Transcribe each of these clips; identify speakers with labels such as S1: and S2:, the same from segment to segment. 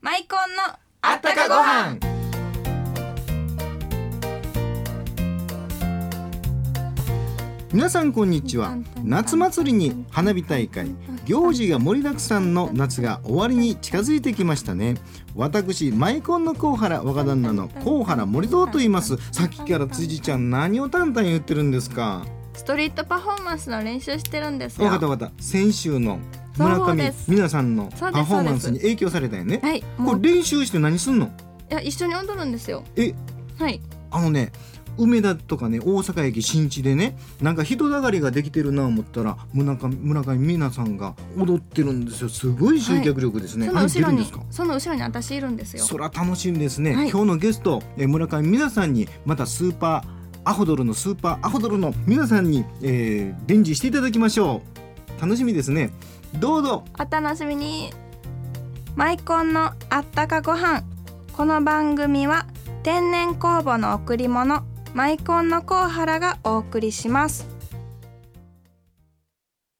S1: マイコンの
S2: あったかご飯皆さんこんにちは夏祭りに花火大会行事が盛りだくさんの夏が終わりに近づいてきましたね私マイコンの高原若旦那の高原森蔵と言いますさっきから辻ちゃん何を淡々言ってるんですか
S1: ストリートパフォーマンスの練習してるんですよ
S2: わかったわかった先週の村
S1: そう
S2: 上
S1: です
S2: 皆さんの
S1: そうです
S2: パフォーマンスに影響されたよね
S1: はいも
S2: こ
S1: うい
S2: れ練習して何すんの
S1: や一緒に踊るんですよ
S2: え
S1: はい
S2: あのね梅田とかね大阪駅新地でねなんか人だかりができてるな思ったら村上村上美奈さんが踊ってるんですよすごい集客力ですね、
S1: そ
S2: あ
S1: の
S2: れ
S1: 後ろ
S2: 出るんで
S1: に
S2: すか
S1: その後ろに私いるんですよ
S2: そら楽しみですね、
S1: はい
S2: 今日のゲストえー村上美奈さんにまたスーパーアホドルのスーパーアホドルの皆さんに、えー、伝授していただきましょう楽しみですねどうぞ
S1: お楽しみにマイコンのあったかご飯この番組は天然酵母の贈り物マイコンのコウハラがお送りします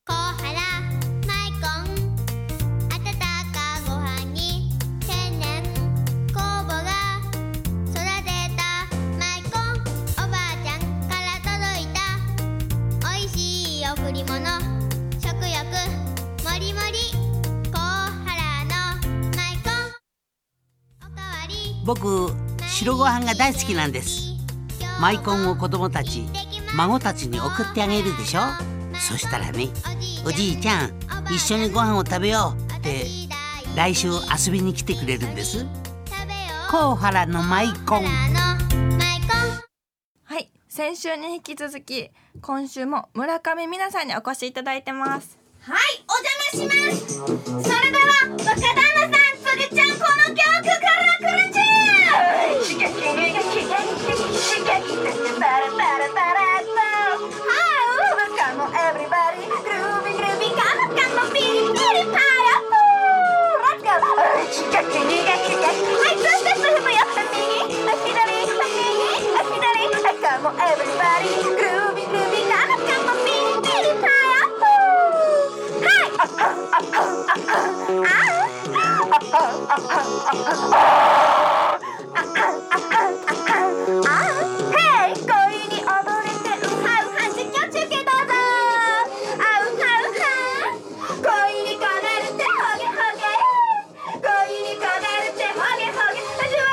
S3: コハラマイコン温かご飯に天然酵母が育てたマイコンおばあちゃんから届いた美味しい贈り物食欲もりもりコハラのマイコンおかわり
S4: 僕白ご飯が大好きなんですマイコンを子供たち孫たちに送ってあげるでしょそしたらねおじいちゃん一緒にご飯を食べようって来週遊びに来てくれるんです甲原のマイコン
S1: はい先週に引き続き今週も村上皆さんにお越しいただいてます
S3: はい、お邪魔します。それでは、若旦那さん、つぐちゃん、この曲からくるちゅう。はい、恋に溺れてウハウハ実況中継どうぞあウハウハ恋にこなるってホゲホゲ恋にこなるってホゲホゲ味わ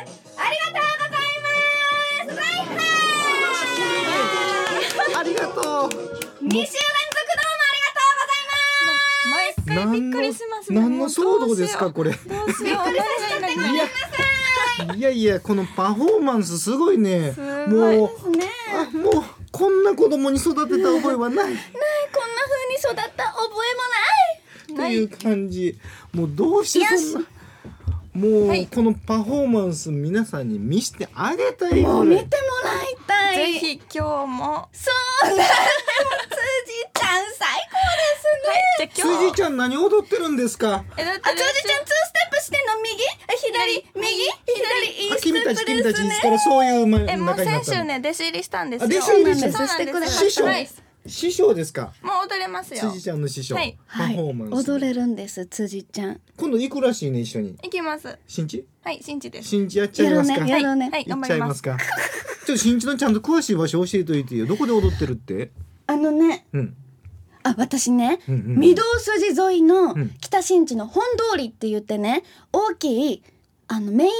S3: えありがとうございますバイバイ
S2: ありがとう
S3: 二週連続どうもありがと
S1: 毎
S3: うございます
S1: 回びっくりしますね
S2: 何
S1: も
S2: の
S1: うどうしよ
S2: 騒
S1: う
S2: 動ですかこれ
S1: どうしよう何々
S2: いやいやいやこのパフォーマンスすごいね
S1: すごい
S2: もうあもうこんな子供に育てた覚えはな い
S3: こんな風に育った覚えもない
S2: という感じもうどうしてそんなもう、
S1: はい
S2: このパフォーマンス皆さんに見せてあげたい
S3: も
S2: ぐ
S3: う
S2: ら
S3: 見
S2: い
S3: てもらいた
S1: ぜ
S3: い
S1: ひ今日も
S3: そうだ 辻ちゃん最高ですね、
S1: じゃあ今
S2: 辻
S1: 日
S2: ちゃん何踊ってるんですか
S1: えだって
S3: あ、ちょうじちゃん、ツーステップしてんの、右、左、右、左、いい
S2: あ
S3: ステ
S2: 君たち
S3: ップ
S2: 君
S3: で
S2: た
S3: す
S2: ちいつ
S3: ね。
S2: からそういうま中
S1: え
S2: に
S1: も
S2: な
S1: う
S2: った
S1: 先週
S2: の、
S1: ね弟子入りしたんですよ。
S2: あ弟子入りした
S1: そうなんです。
S2: 師匠
S1: はい
S2: 師匠ですか
S1: もう踊れますよ。
S2: 辻ちゃんの師匠、
S1: はい
S2: パフォーマンス、
S3: 踊れるんです、辻ちゃん。
S2: 今度行くらしいね一緒に
S1: いきます。
S2: 新地
S1: はい、新地です。
S2: 新地やっちゃいますか、
S3: やるね
S1: はい、
S2: 行
S1: 頑
S2: っ
S1: 張
S2: ちゃ
S1: り
S2: い
S1: ま
S2: ますす。か。 ちょっと新地のちゃんと詳しい場所教えておいてよ。どこで踊ってるって？
S3: あのね、
S2: うん。
S3: あ、私ね、
S2: うんうん
S3: 御堂筋沿いの
S2: うん
S3: 北新地の本通りって言ってね、大きい、あの、メイン、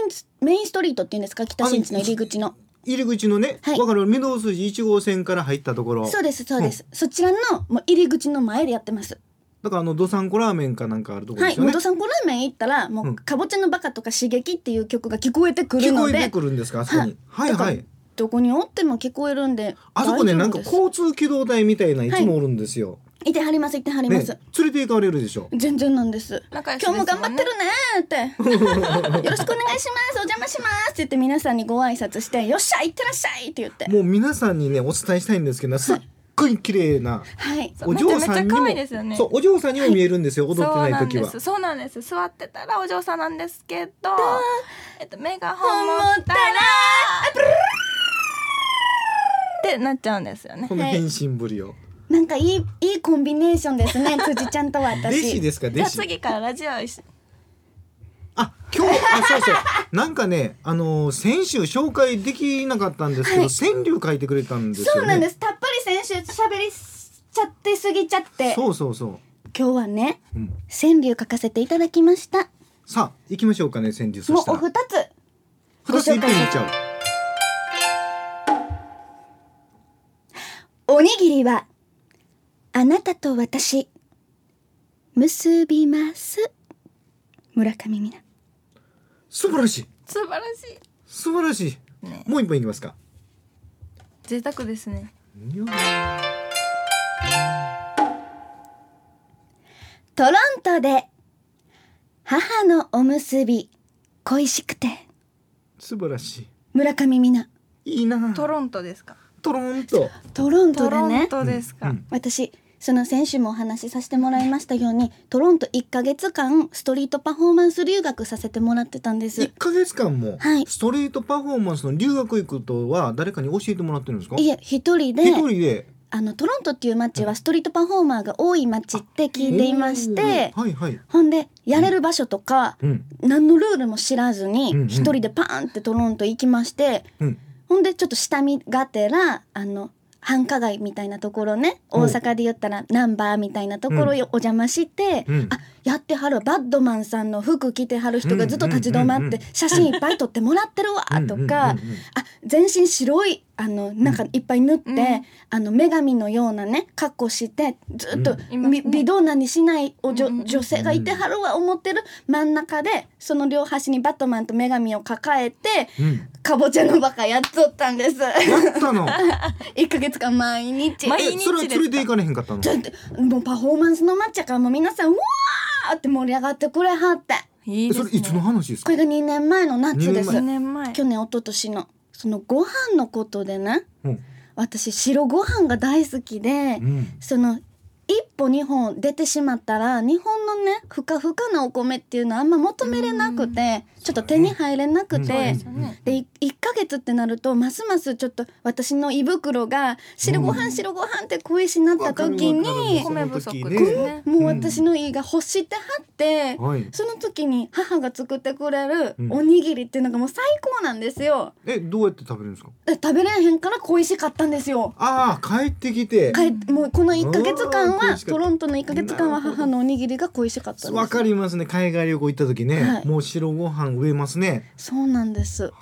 S3: メインストリートっていうんですか、北新地の入り口の。
S2: 入り口のね、
S3: はい
S2: わかる御堂筋一号線から入ったところ。
S3: そうです、そうです。そちらの、もう入り口の前でやってます。
S2: だからあのどさんこラーメンかなんかあるところ
S3: は
S2: で
S3: い、
S2: すよね。
S3: 元さんコラーメン行ったら、も
S2: うん
S3: う、かぼちゃのバカとか刺激っていう曲が聞こえてくる
S2: 聞
S3: の
S2: こえ
S3: で。
S2: てくるんですかあそこに。はい
S3: だか
S2: は
S3: ら
S2: い。
S3: どこにおっても聞こえるんで。
S2: あそこね
S3: 大
S2: なんか
S3: 丈夫です
S2: 交通機動隊みたいないつもおるんですよ。
S3: いてはりますいてはりま
S2: ね
S3: す、
S2: 連れて行かれるでしょ。
S3: 全然なんです
S1: 仲良しです
S3: 今
S1: も
S3: 日
S1: んね
S3: も頑張ってるねー ってよろしくお願いしますお邪魔しますって言って皆さんにご挨拶してよっしゃいってらっしゃいって言って
S2: もう皆さんにねお伝えしたいんですけど、すっごい綺麗な。
S3: はい
S1: そう
S2: お嬢さんに
S1: めちゃめち
S2: も
S1: ゃ可愛いですよね
S2: そうお嬢さんにも見えるんですよ、踊
S1: そう
S2: って
S1: な
S2: な
S1: いん
S2: 時
S1: で
S2: は
S1: す。そうなんです。座ってたらお嬢さんなんですけど、えっと目が
S3: 思
S1: 本物
S3: ったら
S1: ってなっちゃうんですよね
S2: こ。の変身ぶりを。
S5: なんかいいいいコンビネーションで すね辻ちゃんと私
S2: 弟子ですか
S1: じゃ
S2: 弟
S1: あ
S2: 子
S1: 次からラジオし
S2: あ今日あそうそうなんかねあのー先週紹介できなかったんですけど、川柳書いてくれたんですよね
S5: そうなんですたっぷり先週喋りしちゃってすぎちゃって
S2: そうそうそう
S5: 今日はね、
S2: ん
S5: 川柳書かせていただきました
S2: さあ行きましょうかね川柳そ
S5: もう
S2: した
S5: お
S2: ら
S5: 二つ
S2: 二つ一遍いっちゃおう
S5: おにぎりはあなたと私結びます村上美奈
S2: 素晴らしい
S1: 素晴らしい
S2: 素晴らしい、もう一本いきますか
S1: 贅沢ですね
S2: いや
S5: トロントで母のおむすび恋しくて
S2: 素晴らし
S5: 村上美奈
S2: いいいな
S1: トロントですか
S2: トロンと
S5: トロント
S1: ト
S5: で
S1: ロン
S5: ね
S1: トですか、
S2: うん
S5: 私その先週もお話しさせてもらいましたようにトロント1ヶ月間ストリートパフォーマンス留学させてもらってたんで
S2: 一
S5: す
S2: ヶ月間も
S5: はい
S2: ストリートパフォーマンスの留学行くとは誰かに教えてもらってるんですか
S5: いえ一人で
S2: 一人で
S5: あのトロントっていう街はストリートパフォーマーが多い街って聞いていまし
S2: お
S5: て
S2: ーはいはい
S5: ほんでやれる場所とか
S2: うん
S5: 何のルールも知らず
S2: うんうん
S5: に一人でパーンってトロント行きまして
S2: うん
S5: ほんでちょっと下見がてらあの繁華街みたいなところね
S2: うん
S5: 大阪で言ったらナンバーみたいなところ
S2: うん
S5: お邪魔して、
S2: うん
S5: あやってはるわバッドマンさんの服着てはる人がずっと立ち止ま
S2: うんう
S5: っ
S2: んうんう
S5: て
S2: ん
S5: 写真いっぱい撮ってもらってるわとか、
S2: うんうんうんうん
S5: あ全身白いあのなんかいっぱい塗って、
S1: ん
S5: あの女神のようなね格好してずっと
S1: いますね
S5: び微動なにしないお
S1: うんうんうん
S5: 女女性がいてはるわ思ってる真ん中でその両端にバットマンと女神を抱えて
S2: うん
S5: かぼちゃのバカやっとったんです。
S2: やったの
S5: 一ヶ月間毎日。
S1: 毎
S2: え
S1: 日
S2: それは連れて行かれへんかったの
S5: ちょっともうパフォーマンスの抹茶からもう皆さんうわーって盛り上がってくれはって。
S1: いい
S2: え
S1: です
S2: そ
S1: ね
S2: れいつの話ですか
S5: これが2年前の夏です。
S1: 2年前
S5: 去年一昨年のそのご飯のことでね、
S2: うん
S5: 私白ご飯が大好きで、
S2: うん
S5: その一歩二歩出てしまったら日本のねふかふかなお米っていうのはあんま求めれなくて、ちょっと手に入れなく
S2: そ
S5: て。
S2: うです
S1: よね
S5: でい1ヶ月ってなるとますますちょっと私の胃袋が白ご飯、白ご飯って恋しなった時に
S2: わかるわかる
S1: 米不足
S2: その時
S1: ですね
S5: もう私の胃が欲してはって、
S2: はい
S5: その時に母が作ってくれる
S2: うん
S5: おにぎりっていうのがもう最高なんですよ。
S2: えどうやって食べるんですか
S5: で食べれへんから恋しかったんですよ。
S2: ああ帰ってきて
S5: 帰っもうこの1ヶ月間
S2: あー恋
S5: は
S2: しかった
S5: トロントの1ヶ月間は母のおにぎりが恋しかったんです。
S2: わかりますね海外旅行行った時ね、
S5: はい
S2: もう白ご飯植えますね、
S5: そうなんです。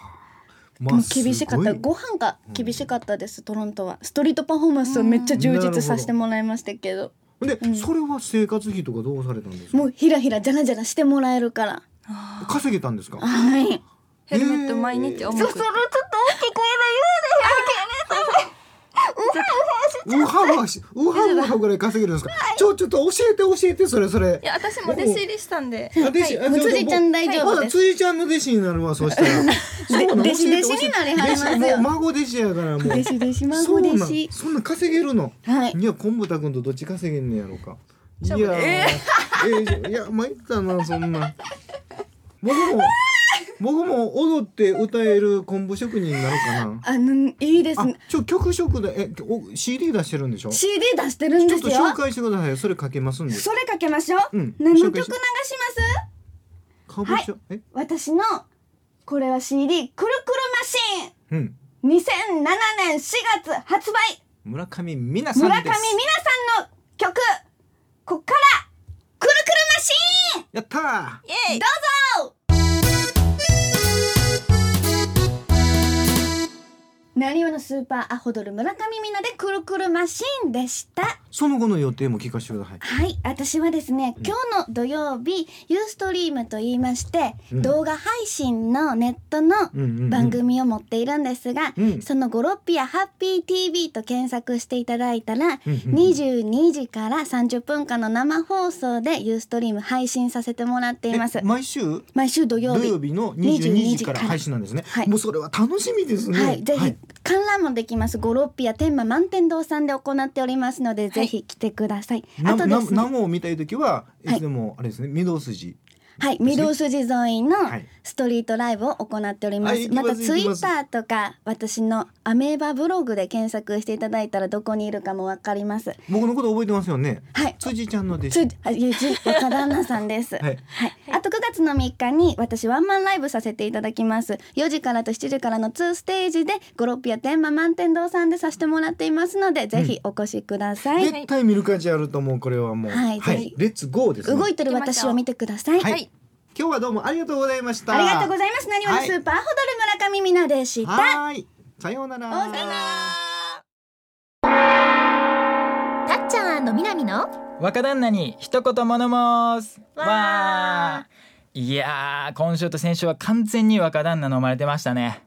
S2: ま
S5: も
S2: あ、
S5: う厳しかっ
S2: す
S5: た。
S2: ごい
S5: ご飯が厳しかったです。トロントはストリートパフォーマンスをめっちゃ充実させてもらいましたけど。
S2: で、
S5: うん
S2: それは生活費とかどうされたんですか
S5: もうひらひらじゃらじゃらしてもらえるから。
S2: 稼げたんですか
S5: はい。
S1: ヘルメット毎日重
S5: そう
S1: く
S5: それちょっと大きい声
S2: ウハウハしウハウハぐらい稼げるんですかちょちょっと教えて教えてそれそれ
S1: いや私も弟子入りしたんで
S2: あ弟子
S5: はい
S2: あょっと
S5: 辻ちゃん大丈夫
S2: まだ
S5: です
S2: 辻ちゃんの弟子になるわそう したらそうなの
S5: 弟子
S2: 教えて
S5: 弟子になり
S2: 教えて
S5: はりますよ
S2: 弟子もう孫弟子やからもう
S5: でしでしま
S2: そ
S5: ご
S2: うなん
S5: でし。
S2: そんな稼げるの
S5: はい。
S2: いや、昆布たくんとどっち稼げんねやろうか。い
S1: ち
S2: や
S1: ょ
S2: ー、えーいや、参ったな、そんな。僕も、僕も踊って歌える昆布職人になるかな。
S5: あのいいです
S2: あ
S5: ね。、
S2: ちょ、曲職で、え、お CD 出してるんでしょち
S5: CD 出してるん
S2: ょ
S5: で
S2: っ
S5: す
S2: と
S5: よ。
S2: 紹介してください。それかけますんで。
S5: それかけましょう。
S2: うん
S5: 何の
S2: 紹
S5: 曲
S2: 介
S5: 流
S2: し
S5: します？
S2: かぼちゃ、え、
S5: 私のこれは CD くるくるマシーン。
S2: うん。
S5: 2007年4月発売
S2: 村上美奈さ
S5: 村上
S2: ん
S5: 美
S2: です。
S5: 奈さんの曲こっからくるくるマシーン
S2: やったー。
S5: どうぞなにわのスーパーアホドル村上美奈でくるくるマシーンでした
S2: その後の予定も聞かせてください。
S5: はい私はですね今日の土曜日ユーストリームと言いまして、
S2: うん
S5: 動画配信のネットの
S2: うんうんうん
S5: 番組を持っているんですが、
S2: うん
S5: その「ゴロッピアハッピー TV」と検索していただいたら、
S2: うんうん
S5: 22時から30分間の生放送でユーストリーム配信させてもらっています
S2: え毎週。
S5: 毎週土曜
S2: 土
S5: 日
S2: 曜日の22時から
S5: 22
S2: 配信なんですね。
S5: はい
S2: もうそれは楽しみですね。
S5: はい、ぜひ、
S2: はい
S5: 観覧もできます。ゴロッピア天満満天堂さんで行っておりますので、ぜひ来てください。
S2: な
S5: あとで
S2: な
S5: すね、
S2: 生を見たいときは
S5: はい
S2: いつでもあれですね、御堂筋
S5: はい、ミルスジ沿いの
S2: はい
S5: ストリートライブを行っております。
S2: はい行き
S5: ま
S2: ます
S5: たツイッターとか私のアメーバブログで検索していただいたらどこにいるかもわかります。
S2: 僕のこと覚えてますよね。
S5: はい。
S2: 辻ちゃんの弟
S5: つ
S2: 子。
S5: あいやじ若旦那さんです。
S2: はい
S5: はい、あと9月の3日に私ワンマンライブさせていただきます4時からと7時からの2ステージでゴロピア天満満天堂さんでさせてもらっていますので、ぜひお越しください、
S2: 絶対見る価値あると思う。これはもう。
S5: はい
S2: レッツゴーですね。
S5: 動いてる私を見てください、
S2: はい。今日はどうもありがとうございました。
S5: ありがとうご
S2: い
S5: ざいます何わのスーパーホドル村上美奈でした、
S2: はーい。さようなら。
S5: お疲れ様
S6: たっちゃん南の
S7: 若旦那に一言物申す
S6: わー
S7: わーいやー今週と先週は完全に若旦那の生まれてましたね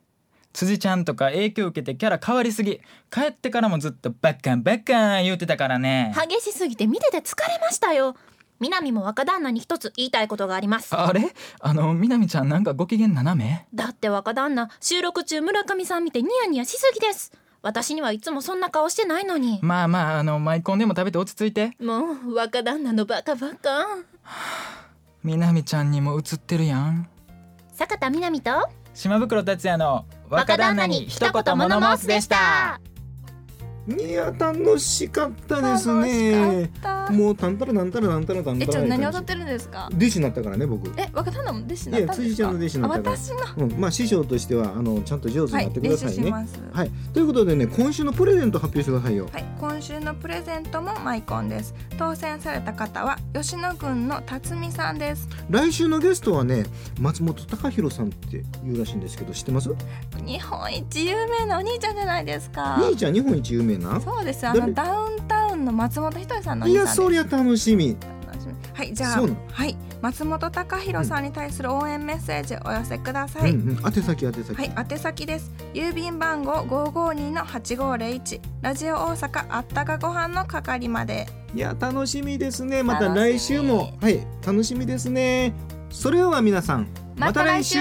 S7: 辻ちゃんとか影響受けてキャラ変わりすぎ帰ってからもずっとバッカンバッカン言うてたからね
S6: 激しすぎて見てて疲れましたよ南も若旦那に一つ言いたいことがあります
S7: あれあのみなみちゃんなんかご機嫌斜め
S6: だって若旦那収録中村上さん見てニヤニヤしすぎです私にはいつもそんな顔してないのに
S7: まあまああのマイコンでも食べて落ち着いて
S6: もう若旦那のバカバカ
S7: みなみちゃんにも映ってるやん
S6: 坂田南と
S7: 島袋達也の若旦那に一言物申すでした
S2: いや楽しかったですね。
S1: た
S2: もうたんたらなんたらなんたらたんたら。
S1: え、ちょっと何踊ってるんですか。
S2: 弟子になったからね僕。
S1: え、若旦那も弟子に
S2: い
S1: なっ
S2: や
S1: たんですか。
S2: 辻ちゃんの弟子になったか
S1: あ
S2: ら
S1: 私の。
S2: うん、まあ師匠としてはあのちゃんと上手に
S1: は
S2: なっ
S1: い、
S2: てく
S1: 練
S2: ださ
S1: 習
S2: い
S1: し
S2: ね。
S1: ます。
S2: はい、ということでね今週のプレゼント発表してくださいよ。
S1: はい、今週のプレゼントもマイコンです。当選された方は吉野郡の辰巳さんです。
S2: 来週のゲストはね松本隆弘さんっていうらしいんですけど知ってます？
S1: 日本一有名なお兄ちゃんじゃないですか。
S2: 兄ちゃん日本一有名な。
S1: そうです。あ
S2: 誰
S1: のダウンタウンの松本人志さんのお
S2: い
S1: 兄さん
S2: や
S1: です。
S2: そりゃ楽しみ。
S1: 楽しみはい、じゃあ
S2: そうなの、
S1: はい、松本隆弘さんに対する応援メッセージお寄せください。
S2: うんうん、宛先宛先。
S1: はい、宛先です。郵便番号552の8501ラジオ大阪あったかご飯の係まで。
S2: いや楽しみですね。また
S1: 楽しみ
S2: 来週もはい楽しみですね。それでは皆さん
S1: また来週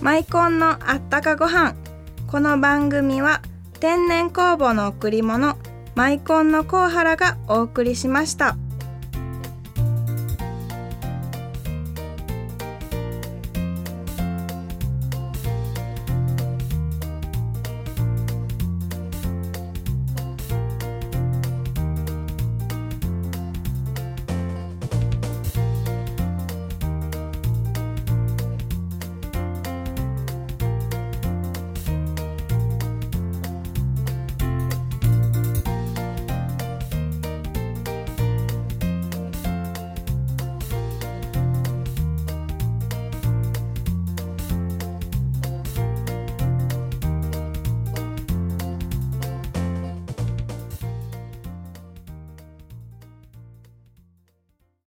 S1: マイコンのあったかご飯。この番組は天然酵母の贈り物マイコンのコウハラがお送りしました。